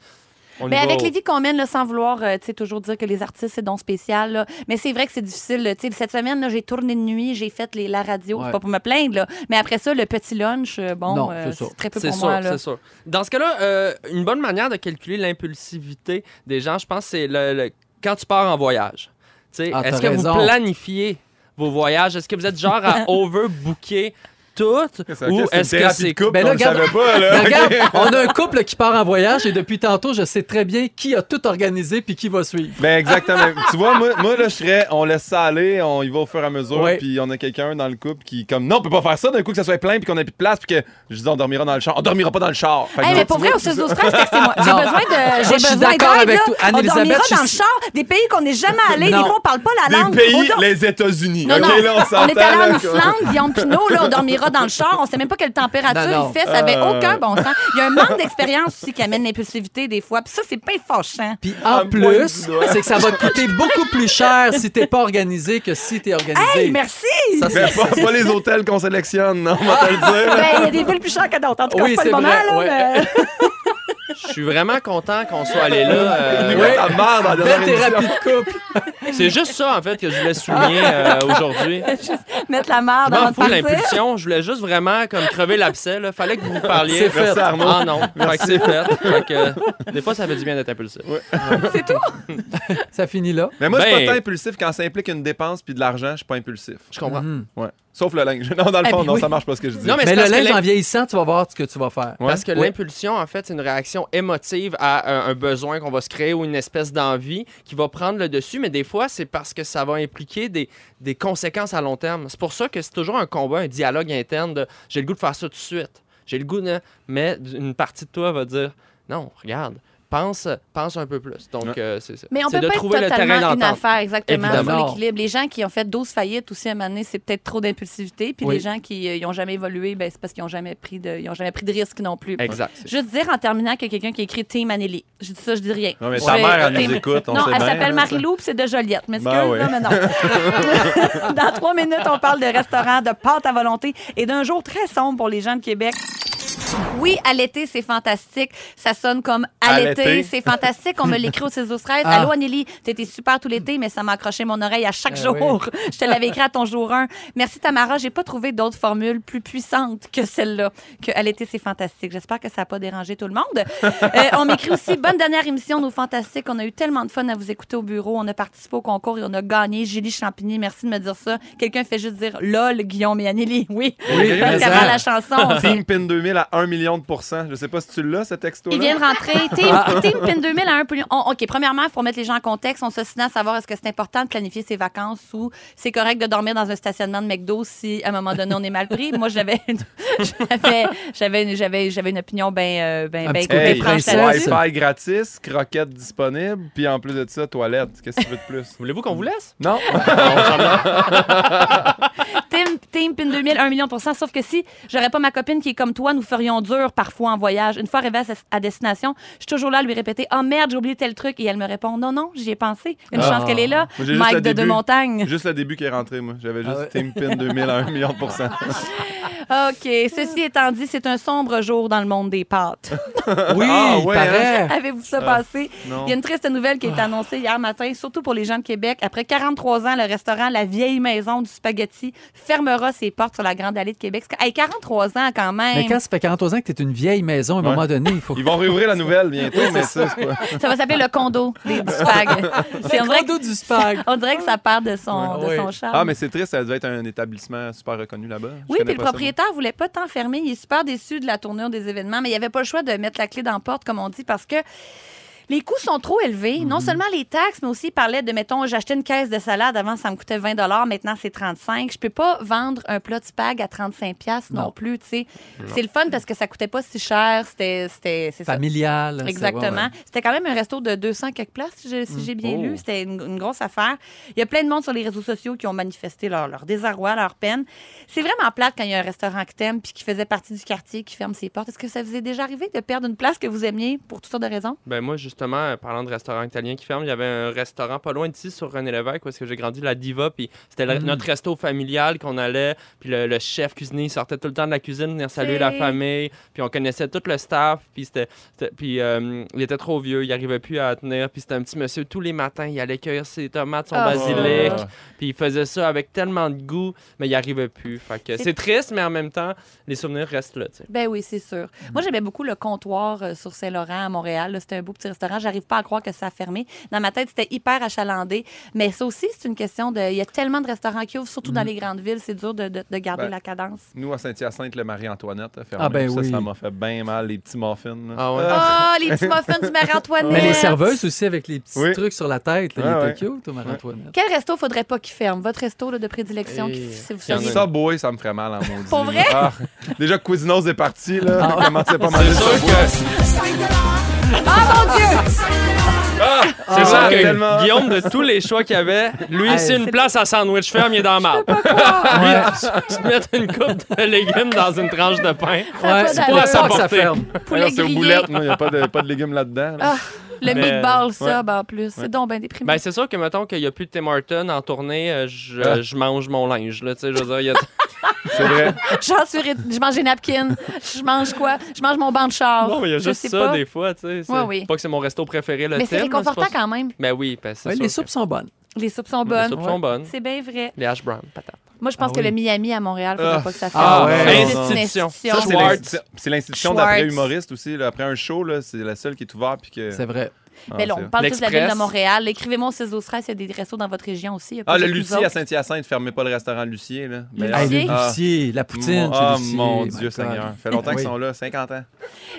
On y Mais va Ben, avec au- les vies qu'on mène, là, sans vouloir euh, tu sais, toujours dire que les artistes, c'est don spécial. là. Mais c'est vrai que c'est difficile. là. Tu sais, Cette semaine, là, j'ai tourné de nuit, j'ai fait les, la radio. C'est Ouais. pas pour me plaindre. Là. Mais après ça, le petit lunch, euh, bon, Non, euh, c'est sûr. c'est très peu C'est pour sûr, moi. là. c'est sûr. Dans ce cas-là, euh, une bonne manière de calculer l'impulsivité des gens, je pense, c'est le, le- quand tu pars en voyage. Tu sais, Ah, t'as Est-ce que raison. vous planifiez vos voyages? Est-ce que vous êtes genre à overbooker toutes? C'est Ou une est-ce que thérapie de c'est... couple, Ben là, on le regarde- savait pas, là. Mais regarde, on a un couple qui part en voyage et depuis tantôt, je sais très bien qui a tout organisé puis qui va suivre. Ben exactement. tu vois, moi, moi, là, je serais, on laisse ça aller, on y va au fur et à mesure, Ouais. puis on a quelqu'un dans le couple qui, comme, non, on peut pas faire ça d'un coup que ça soit plein, puis qu'on ait plus de place, puis que je dis, on dormira dans le char. On dormira pas dans le char. Fait que Hey, là, mais tu pour vrai, vois, au 6 12 13 textez-moi. J'ai Non. besoin de. je J'ai suis besoin d'accord d'aide. avec là. toi. On Anne-Elisabeth, dormira je dans le suis- char, des pays qu'on n'est jamais allé, des Non. fois, on parle pas la langue. Des pays, On dort- les États-Unis. Non, OK, non, là, on on, s'entend. est allé en là, quoi. Islande, Guillaume Pinot, là, on dormira dans le char, on sait même pas quelle température Non, non. il fait, ça avait Euh. aucun bon sens. Il y a un manque d'expérience aussi qui amène l'impulsivité des fois, puis ça, c'est pas fâchant. Puis en me pointe du plus, doigt. c'est que ça va te coûter beaucoup plus cher si t'es pas organisé que si t'es organisé. Hey, merci! Ça, Ben, c'est- pas, pas les hôtels qu'on sélectionne, non, on va te le dire. Ben, il y a des villes plus chères que d'autres. En tout cas, Oui, c'est pas c'est le moment, vrai, ouais. là. mais- Je suis vraiment content qu'on soit allé là. euh, Ouais, ta mère dans la Belle dernière émission. thérapie de couple. C'est juste ça, en fait, que je voulais souligner euh, aujourd'hui. Mettre la merde Non, avant de pour partir. l'impulsion, je voulais juste vraiment comme crever l'abcès. là. Fallait que vous parliez. C'est fait. Merci, Arnaud. Ah non, Fait que c'est fait. Fait que, euh, des fois, ça fait du bien d'être impulsif. Ça finit là. Mais moi, je suis Ben- pas tant impulsif quand ça implique une dépense puis de l'argent, je suis pas impulsif. Je comprends. Mhm. Ouais. Sauf le linge. Non, dans le Eh fond, ben non, oui. ça marche pas ce que je dis. Non, mais, Mais, c'est le parce que linge, en l'im- vieillissant, tu vas voir ce que tu vas faire. Parce que Ouais. l'impulsion, en fait, c'est une réaction émotive à euh, un, besoin qu'on va se créer ou une espèce d'envie qui va prendre le dessus, mais des fois, c'est parce que ça va impliquer des, des conséquences à long terme. C'est pour ça que c'est toujours un combat, un dialogue interne de j'ai le goût de faire ça tout de suite. J'ai le goût de. Mais une partie de toi va dire non, regarde, pense, pense un peu plus. Donc, Ouais. euh, c'est ça. Mais on C'est peut de pas être trouver le terrain totalement une d'entente. affaire, exactement, sur Évidemment. l'équilibre. Les gens qui ont fait 12 faillites aussi à un moment donné, c'est peut-être trop d'impulsivité. Puis Oui. les gens qui n'ont jamais évolué, ben, c'est parce qu'ils n'ont jamais pris de ils ont jamais pris de risque non plus. Exact. Juste dire en terminant que quelqu'un qui a écrit Team Anneli. Je dis ça, je dis rien. Non, mais Je ta vais- mère, elle Team- nous écoute. On non, sait elle bien, s'appelle là, Marie-Lou, puis c'est de Joliette. Mais Ben oui. là, mais non. Dans trois minutes, on parle de restaurants, de pâtes à volonté et d'un jour très sombre pour les gens de Québec. Oui, allaiter, c'est fantastique. Ça sonne comme allaiter, Allaiter. c'est fantastique. On me l'écrit au 6 12 13. Ah. Allô, Anneli, t'étais super tout l'été, mais ça m'a accroché mon oreille à chaque Ben Eh jour. Je te l'avais écrit à ton jour 1. Merci, Tamara. J'ai pas trouvé d'autres formules plus puissantes que celle-là, que allaiter, c'est fantastique. J'espère que ça n'a pas dérangé tout le monde. Euh, on m'écrit aussi Bonne dernière émission, nos fantastiques. On a eu tellement de fun à vous écouter au bureau. On a participé au concours et on a gagné. Julie Champigny, merci de me dire ça. Quelqu'un fait juste dire LOL, Guillaume et Anneli. Oui, Oui, parce mais qu'avant ça. la chanson, Team Pin 2000 à 1 million de pourcent. Je sais pas Ah. si tu l'as, ce texto-là. Il vient de rentrer. Team, Team PIN 2000 à un peu- on- OK, premièrement, il faut mettre les gens en contexte. On s'assine à savoir est-ce que c'est important de planifier ses vacances ou c'est correct de dormir dans un stationnement de McDo si, à un moment donné, on est mal pris. Moi, j'avais une, j'avais, j'avais une, j'avais, j'avais une opinion bien ben, ben Un petit écoutée, côté franche princesse. là-dessus. Wi-Fi gratis, croquettes disponibles, puis en plus de ça, toilette. Qu'est-ce que tu veux de plus? Voulez-vous qu'on vous laisse? Non? Team, team PIN 2000, 1 million de pourcents. Sauf que si j'aurais pas ma copine qui est comme toi, nous ferions dur parfois en voyage. Une fois arrivée à, sa- à destination, je suis toujours là à lui répéter Ah merde, j'ai oublié tel truc. Et elle me répond Non, non, j'y ai pensé. Une Ah. chance qu'elle est là. Moi, j'ai juste Mike le de début. Deux Montagnes. Juste le début qui est rentré, moi. J'avais juste Ah ouais. Team Pin 2000 à 1 million de pourcent. OK. Ceci étant dit, c'est un sombre jour dans le monde des pâtes. Oui, Ah, ouais, paraît. Avez-vous ça passé? non. Il y a une triste nouvelle qui Ah. est annoncée hier matin, surtout pour les gens de Québec. Après 43 ans, le restaurant La Vieille Maison du Spaghetti fermera ses portes sur la Grande Allée de Québec. Hey, 43 ans quand même! Mais quand ça fait 43 ans que t'es une vieille maison, à un Ouais. moment donné, il faut Ils vont réouvrir la nouvelle bientôt, mais ça, c'est pas. Ça va s'appeler le condo des du Spag. C'est- on, dirait que, cadeau du spag. on dirait que ça perd de son, Ouais. de Oui. son charme. Ah, mais c'est triste, ça devait être un établissement super reconnu là-bas. Je Oui, connais puis le pas ça, propriétaire voulait pas tant fermer. Il est super déçu de la tournure des événements, mais il avait pas le choix de mettre la clé dans la porte, comme on dit, parce que les coûts sont trop élevés. Mhm. Non seulement les taxes, mais aussi il parlait de, mettons, j'achetais une caisse de salade. Avant, ça me coûtait 20 Maintenant, c'est 35 Je peux pas vendre un plat de spag à 35 non, Non. plus, tu sais. C'est le fun parce que ça coûtait pas si cher. C'était... c'était- c'est ça. Familial. c'est- Exactement. ouais, C'était quand même un resto de 200 quelques places, si j'ai, si j'ai bien Oh. lu. C'était une, une grosse affaire. Il y a plein de monde sur les réseaux sociaux qui ont manifesté leur, leur désarroi, leur peine. C'est vraiment plate quand il y a un restaurant que t'aimes puis qui faisait partie du quartier qui ferme ses portes. Est-ce que ça vous est déjà arrivé de perdre une place que vous aimiez pour toutes sortes de raisons? Ben moi, justement, euh, parlant de restaurant italien qui ferme, il y avait un restaurant pas loin d'ici sur René Lévesque où est-ce que j'ai grandi, la Diva, puis c'était le- Mm. notre resto familial qu'on allait, puis le, le chef cuisinier il sortait tout le temps de la cuisine venir saluer C'est- la famille, puis on connaissait tout le staff, puis c'était, c'était- puis euh, il était trop vieux, il arrivait plus à tenir, puis c'était un petit monsieur tous les matins, il allait cueillir ses tomates, son Ah. ça. basilic, Ah. puis il faisait ça avec tellement de goût, mais il arrivait plus. Fait que C'est- c'est triste, mais en même temps, les souvenirs restent là. tu sais. Ben oui, c'est sûr. Moi, j'aimais beaucoup le comptoir euh, sur Saint-Laurent à Montréal. là. C'était un beau petit restaurant restaurant. J'arrive pas à croire que ça a fermé. Dans ma tête, c'était hyper achalandé. Mais ça aussi, c'est une question de. Il y a tellement de restaurants qui ouvrent, surtout dans les grandes villes. C'est dur de, de- de garder Ben, la cadence. Nous, à Saint-Hyacinthe, le Marie-Antoinette a fermé. Ah, ben ça, oui. ça m'a fait bien mal, les petits muffins. là. Ah ouais. Oh, les petits muffins du Marie-Antoinette. Mais les serveuses aussi avec les petits Oui. trucs sur la tête, là, Ouais, il était cute, Marie-Antoinette. Quel resto faudrait pas qu'il ferme? Votre resto là, de prédilection, Et- qui- si vous Il y en a saviez. une. Ça, boy, ça me ferait mal en maudit. Pour vrai? Ah. Ah, déjà, que Cuisinos est parti, là. Commencez pas mal. C'est sûr que... C'est sûr ouais, que tellement. Guillaume, de tous les choix qu'il avait, lui, Hey. c'est une place à sandwich ferme, il est dans marbre. Se mettre une coupe de légumes dans une tranche de pain. a Ouais, pas c'est d'allure. pas à ça que ça Portée. ferme. Poulet Alors, c'est aux grillé. boulettes, moi. Il n'y a pas de, pas de légumes là-dedans. là. Ah, Le Mais- euh, meatball sub en plus. C'est donc bien Ben, déprimant. c'est sûr que, mettons qu'il n'y a plus de Tim Horton en tournée, euh, je, Ah. je mange mon linge. Là, tu sais, je veux dire, il y a- C'est vrai. J'en suis ré- Je mange des napkins. Je mange quoi? Je mange mon banc de char. Non, mais il y a Je juste sais ça pas. des fois. tu sais. c'est Ouais, oui. Pas que c'est mon resto préféré, le Mais c'est Tim, là, réconfortant pas ça. quand même. Ben oui, ben, c'est Ouais, sûr les que- soupes sont bonnes. Les soupes sont les bonnes. soupes sont bonnes. C'est bien vrai. Les hash browns, patate. Moi, je pense Ah que oui. le Miami à Montréal, faudrait Ah. pas que ça fasse. Ah ouais, C'est non, une non. institution. Ça, C'est Schwartz. l'insti- C'est l'institution d'après Schwartz. humoriste aussi. là. Après un show, là, c'est la seule qui est ouverte. Puis que... C'est vrai. Ah, Mais là, c'est- on parle tous de la ville de L'Express. Montréal. Écrivez-moi au 16 12 13 s'il y a des restos dans votre région aussi. Il y a pas Ah, le juste nous Lucie à autres. Saint-Hyacinthe, fermez pas le restaurant Lucier. Là. Mais- Hey, le Ah, Lucier, la poutine. mon- chez Ah, Lucier, mon my Dieu God. Seigneur. fait longtemps qu'ils Oui. sont là, 50 ans.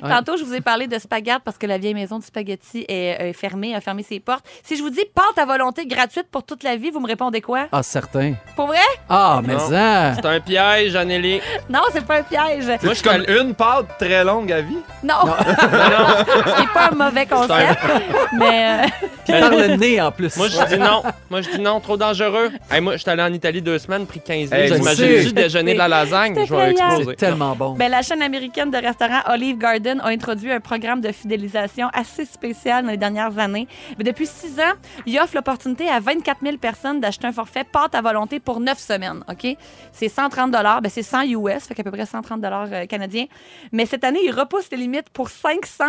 Ouais. Tantôt, je vous ai parlé de Spaghard parce que la vieille maison du spaghetti est euh, fermée, a fermé ses portes. Si je vous dis pâte à volonté gratuite pour toute la vie, vous me répondez quoi? Ah, certain. Pour vrai? Ah, mais Non. ça. C'est un piège, Anneli. Non, c'est pas un piège. Moi, je C'est comme une pâte très longue à vie. Non. c'est pas un mauvais concept. Mais euh, Puis par le nez en plus. Moi, je dis non. Moi, je dis non, trop dangereux. Hey, moi, je suis allé en Italie deux semaines, pris 15 livres. Hey, je J'imagine sais. juste déjeuner de la lasagne, C'est je vais effrayant. exploser. c'est tellement bon. ben, la chaîne américaine de restaurants Olive Garden a introduit un programme de fidélisation assez spécial dans les dernières années. Mais depuis six ans, il offre l'opportunité à 24 000 personnes d'acheter un forfait pâte à volonté pour neuf semaines. OK? C'est 130 ben, c'est 100 US, fait qu'à peu près 130 euh, canadiens. Mais cette année, ils repoussent les limites pour 500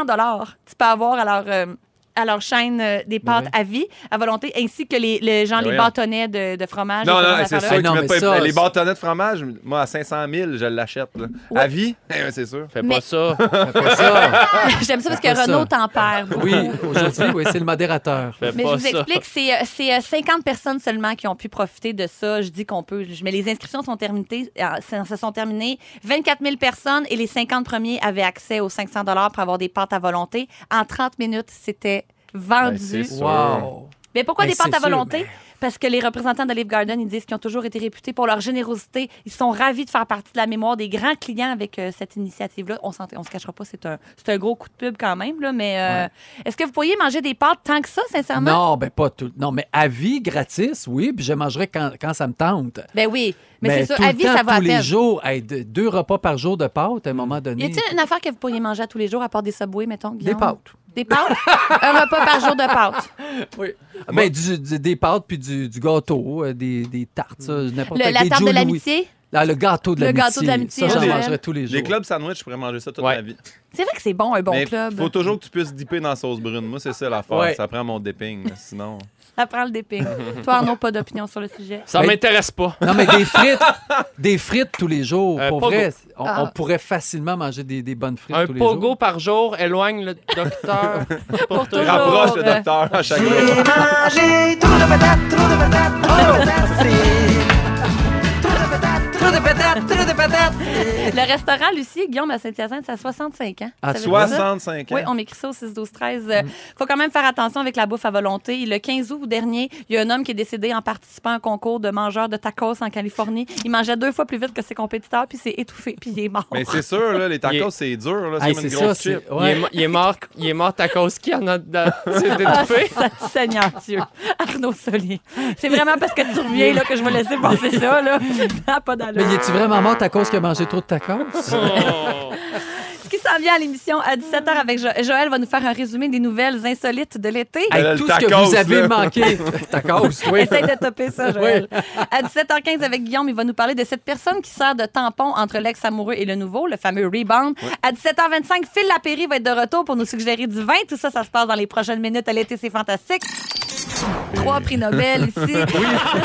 Tu peux avoir alors. euh, à leur chaîne euh, des pâtes Ouais. à vie, à volonté, ainsi que les, les- genre Mais les voyons. bâtonnets de, de fromage. Non, et non, ces c'est affaires-là. sûr Ah qu'ils non, mettent mais pas ça, les c'est- bâtonnets de fromage. Moi, à 500 000, je l'achète. là. À vie, Eh oui, c'est sûr. Fais Mais- pas ça. Après ça. J'aime ça parce Pas que ça. Renaud t'en perd beaucoup. Oui, aujourd'hui, oui, c'est le modérateur. Fais Mais je pas vous ça. explique, c'est, euh, c'est euh, 50 personnes seulement qui ont pu profiter de ça. Je dis qu'on peut. je- Mais les inscriptions sont terminées, euh, se se sont terminées. 24 000 personnes et les 50 premiers avaient accès aux 500 dollars pour avoir des pâtes à volonté. En 30 minutes, c'était Ben, vendu. c'est sûr. Wow. mais pourquoi Ben, des pâtes c'est à sûr, volonté? Parce que les représentants d'Olive Garden, ils disent qu'ils ont toujours été réputés pour leur générosité. Ils sont ravis de faire partie de la mémoire des grands clients avec euh, cette initiative-là. On ne se cachera pas, c'est un, c'est un gros coup de pub quand même. Là, mais euh, est-ce que vous pourriez manger des pâtes tant que ça, sincèrement? Non, ben pas tout. Non, mais à vie, gratis, oui, puis je mangerai quand, quand ça me tente. Ben oui, mais, c'est tout ça, à le vie, temps, ça va à tous les peine. jours, hey, de- deux repas par jour de pâtes, à un moment Y donné. a-t-il une affaire que vous pourriez manger à tous les jours à part des subways, mettons? Des Guillaume? pâtes. Des pâtes? un repas par jour de pâtes. Oui. Ben, du- du- des pâtes puis du, du gâteau, euh, des, des tartes, ça, n'importe Le- quoi. la Des tarte de Joe Louis. l'amitié? Ah, le gâteau de Le l'amitié. gâteau de l'amitié, Ça, j'en Joël. mangerai tous les jours. Les clubs sandwich, je pourrais manger ça toute Ouais. ma vie. C'est vrai que c'est bon, un bon mais club. faut toujours que tu puisses dipper dans la sauce brune. Moi, c'est ça l'affaire. Ouais. Ça prend mon dipping. là, Sinon, Ça prend le déping. Toi, Arnaud, pas d'opinion sur le sujet. Ça Ben- m'intéresse pas. Non, mais des frites, des frites tous les jours. Euh, Un Pour pogo. vrai, on, Ah. on pourrait facilement manger des, des bonnes frites Un tous les pogo jours. par jour éloigne le docteur. Pour toujours. rapproche le euh, docteur à chaque fois. Manger trop de patates, trop de patates, trop de patates frites. Trop de patates, trop de patates, trop de patates. Le restaurant Lucie Guillaume à Saint-Hyacinthe, c'est à 65 ans. À Ça Mm. veut dire ça? 65 ans. Oui, on m'écrit ça au 6 12 13. Euh, Faut quand même faire attention avec la bouffe à volonté. Le 15 août dernier, il y a un homme qui est décédé en participant à un concours de mangeurs de tacos en Californie. Il mangeait deux fois plus vite que ses compétiteurs, puis s'est étouffé, puis il est mort. Mais c'est sûr, là, les Il tacos, est- c'est dur. là, C'est Hey, comme une c'est grosse ça, chip. c'est... Il est, Ouais. mo- il est mort, il est mort à cause qui en a dedans. Ah. C'est étouffé. Seigneur Dieu, Arnaud Solier. C'est vraiment parce que tu reviens là, que je vais laisser passer ça. Là. Ça n'a pas d'allure. Mais es-tu vraiment mort à cause qu'il a mangé trop de tacos? Oh. Ce qui s'en vient à l'émission à 17h avec Jo- Joël va nous faire un résumé des nouvelles insolites de l'été. Hey, Le tout ce que tacos, vous avez là. manqué. tacos, oui. Essaye de topper ça, Joël. À 17h15 avec Guillaume, il va nous parler de cette personne qui sert de tampon entre l'ex-amoureux et le nouveau, le fameux rebound. À 17h25, Phil Lapéry va être de retour pour nous suggérer du vin. Tout ça, ça se passe dans les prochaines minutes à l'été, c'est fantastique. trois prix Nobel ici.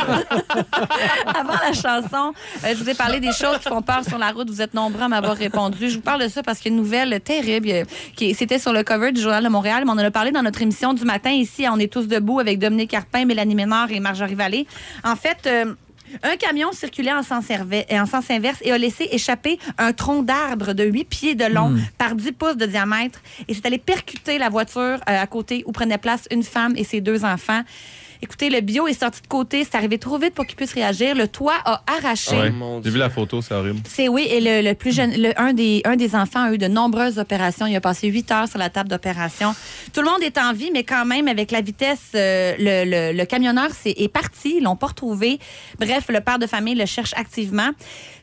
Avant la chanson, euh, je vous ai parlé des choses qui font peur sur la route. Vous êtes nombreux à m'avoir répondu. Je vous parle de ça parce qu'il y a une nouvelle terrible. euh, qui est- C'était sur le cover du Journal de Montréal, mais on en a parlé dans notre émission du matin ici. à On est tous debout avec Dominique Carpin, Mélanie Ménard et Marjorie Vallée. En fait... euh, un camion circulait en sens, servait- en sens inverse et a laissé échapper un tronc d'arbre de 8 pieds de long par 10 pouces de diamètre et s'est allé percuter la voiture euh, à côté où prenait place une femme et ses deux enfants. Écoutez, le bio est sorti de côté, c'est arrivé trop vite pour qu'il puisse réagir. Le toit a arraché. Ouais. mon J'ai vu la photo, c'est horrible. C'est oui, et le, le plus jeune, le- un, des, un des enfants a eu de nombreuses opérations. Il a passé huit heures sur la table d'opération. Tout le monde est en vie, mais quand même, avec la vitesse, euh, le, le- le camionneur s'est- est, parti. Ils l'ont pas retrouvé. Bref, le père de famille le cherche activement.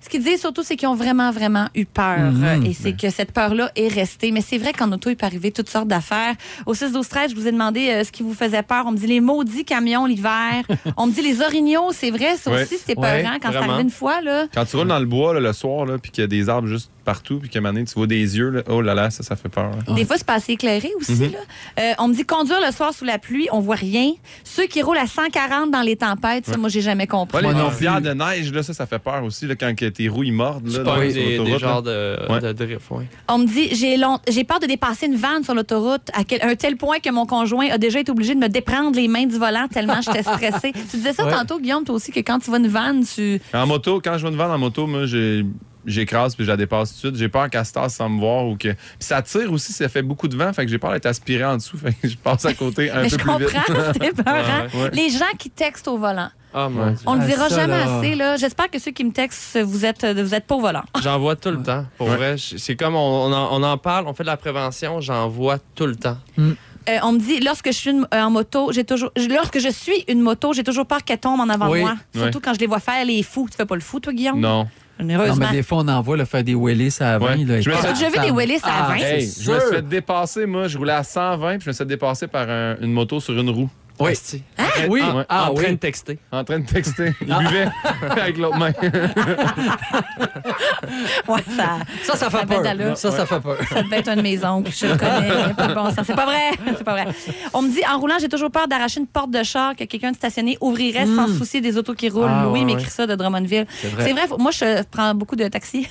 Ce qu'ils disent surtout, c'est qu'ils ont vraiment, vraiment eu peur. Mhm, Euh, et c'est que cette peur-là est restée. Mais c'est vrai qu'en auto, il peut arriver toutes sortes d'affaires. Au 6 12 13 je vous ai demandé euh, ce qui vous faisait peur. On me dit les maudits camions l'hiver. On me dit les orignaux. C'est vrai, ça Ouais. aussi, c'était Ouais, peurant quand c'est vraiment. arrivé une fois. là. Quand tu roules dans le bois là, le soir, là, puis qu'il y a des arbres juste partout, puis qu'à un moment donné, tu vois des yeux, là, oh là là, ça, ça fait peur. hein. là. Des fois, c'est pas assez éclairé aussi. Mhm. là. Euh, on me dit conduire le soir sous la pluie, on voit rien. Ceux qui roulent à 140 dans les tempêtes, ça, moi, j'ai jamais compris. Ouais, les Moi non pierres de neige, là, ça, ça fait peur aussi, là, quand que tes roues ils mordent. Là, Tu dans pognes les des, des autoroutes, genres là. de, Ouais. de drift, ouais. On me dit j'ai long- j'ai peur de dépasser une vanne sur l'autoroute à quel- un tel point que mon conjoint a déjà été obligé de me déprendre les mains du volant tellement j'étais stressée. tu disais ça Ouais. tantôt, Guillaume, toi aussi, que quand tu vois une vanne, tu. En moto, quand je vais devant en moto, moi, j'ai- j'écrase puis je la dépasse tout de suite. J'ai peur qu'elle se tasse sans me voir ou que. Puis ça tire aussi, ça fait beaucoup de vent, fait que j'ai peur d'être aspiré en dessous, fait que je passe à côté Mais un peu je plus comprends, vite. c'était peurant. Ouais, ouais. Les gens qui textent au volant. Ah mon Ouais. Dieu. On ne le Ah, dira ça, jamais là. assez. là. J'espère que ceux qui me textent, vous êtes, vous êtes pas au volant. J'en vois tout le temps. Pour Ouais. vrai, je- c'est comme on, on en, on en parle, on fait de la prévention, j'en vois tout le temps. Euh, on me dit lorsque je suis une- euh, en moto, j'ai toujours je- lorsque je suis une moto, j'ai toujours peur qu'elle tombe en avant Oui. de moi. Surtout Ouais. quand je les vois faire les fous. Tu fais pas le fou toi Guillaume hein? Non. Non, Heureusement. mais des fois, on envoie le faire des wheelies à 20. Ouais. Là, Je me suis- Ah, J'ai vu ça- des wheelies à Ah, 20. hey, Hey, je me suis fait dépasser, moi. Je roulais à 120 puis je me suis fait dépasser par un- une moto sur une roue. Oui. Asti. Hein? Oui, En- ah, en train oui. de texter. En train de texter. Il buvait avec l'autre main. Ouais, ça, Ça, ça Ça fait fait de l'allure. peur. Ça, ça fait peur. ça devait être un de mes oncles. Je le connais. Il y a pas de bon sens. C'est pas vrai. C'est pas vrai. On me dit en roulant, j'ai toujours peur d'arracher une porte de char que quelqu'un de stationné ouvrirait sans se soucier des autos qui roulent. Ah, Louis ouais, m'écrit ça de Drummondville. C'est vrai. faut- Moi, je prends beaucoup de taxis.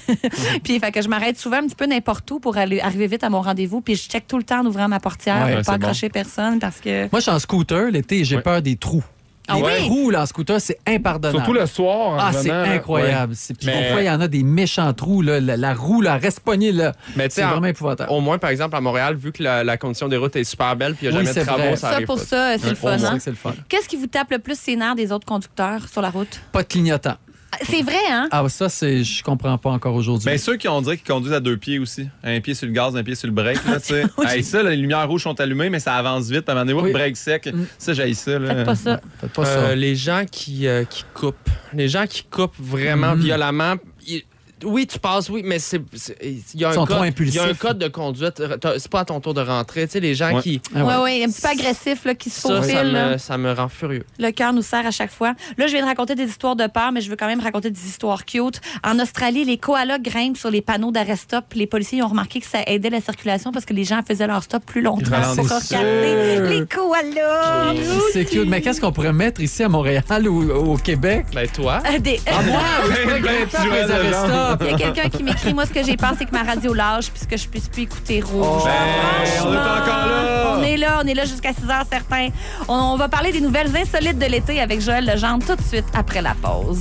puis fait que je m'arrête souvent un petit peu n'importe où pour aller arriver vite à mon rendez-vous. Puis je check tout le temps en ouvrant ma portière Ouais, pour pas c'est bon. accrocher personne parce que. Moi, je suis en scooter l'été, j'ai Ouais. peur des trous. Ah les oui? trous, là, en scooter, c'est impardonnable. Surtout le soir. en Ah, c'est revenant, là. incroyable. C'est- Puis Mais- des fois, il y en a des méchants trous. Là. La, la roue, là, reste pognée, là. Mais tu sais, C'est en- vraiment épouvantable. au moins, par exemple, à Montréal, vu que la, la condition des routes est super belle puis il n'y a Oui, jamais de c'est travaux, vrai. ça Ça, arrive pour pas. ça, c'est le On fun. dirait hein? que c'est le fun. Qu'est-ce qui vous tape le plus ses nerfs des autres conducteurs sur la route? Pas de clignotant. Ah, C'est vrai, hein? Ah, ça, c'est, je comprends pas encore aujourd'hui. Ben, Mais Ben, ceux qui ont dit qu'ils conduisent à deux pieds aussi. Un pied sur le gaz, un pied sur le break. Là, tu sais. Hey, ça, là, les lumières rouges sont allumées, mais ça avance vite. Puis à un moment donné, Oui. oups, break sec. Ça, j'haïs ça. là. Faites pas ça. Faites pas Euh, ça. les gens qui, euh, qui coupent, les gens qui coupent vraiment Mm-hmm. violemment. ils- oui, tu passes, oui, mais c'est c'est- il y a Ils sont trop un code, il y a un impulsifs. code de conduite. T'as- C'est pas à ton tour de rentrer. Tu sais, les gens Ouais. qui Ah ouais. Oui, oui, un petit peu agressif là, qui se ça, ça faufile. là. me, ça me rend furieux. Le cœur nous sert à chaque fois. Là, je viens de raconter des histoires de peur, mais je veux quand même raconter des histoires cute. En Australie, les koalas grimpent sur les panneaux d'arrest stop. Les policiers ils ont remarqué que ça aidait la circulation parce que les gens faisaient leur stop plus longtemps Ils pour ralentissaient. regarder les koalas. C'est cute. Mais qu'est-ce qu'on pourrait mettre ici à Montréal ou au Québec? Ben toi, Euh, des- Ben, ben, tu jouais les le genre. arrestats. Il y a quelqu'un qui m'écrit Moi, ce que j'ai peur, c'est que ma radio lâche puisque je puisse plus écouter rouge. Ben, on est encore là. On est là, on est là jusqu'à 6 heures certains. On, on va parler des nouvelles insolites de l'été avec Joël Legendre tout de suite après la pause.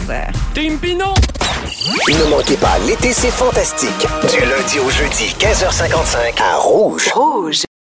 Team Pinot. Ne manquez pas, l'été c'est fantastique. Du lundi au jeudi, 15h55 à Rouge. Rouge.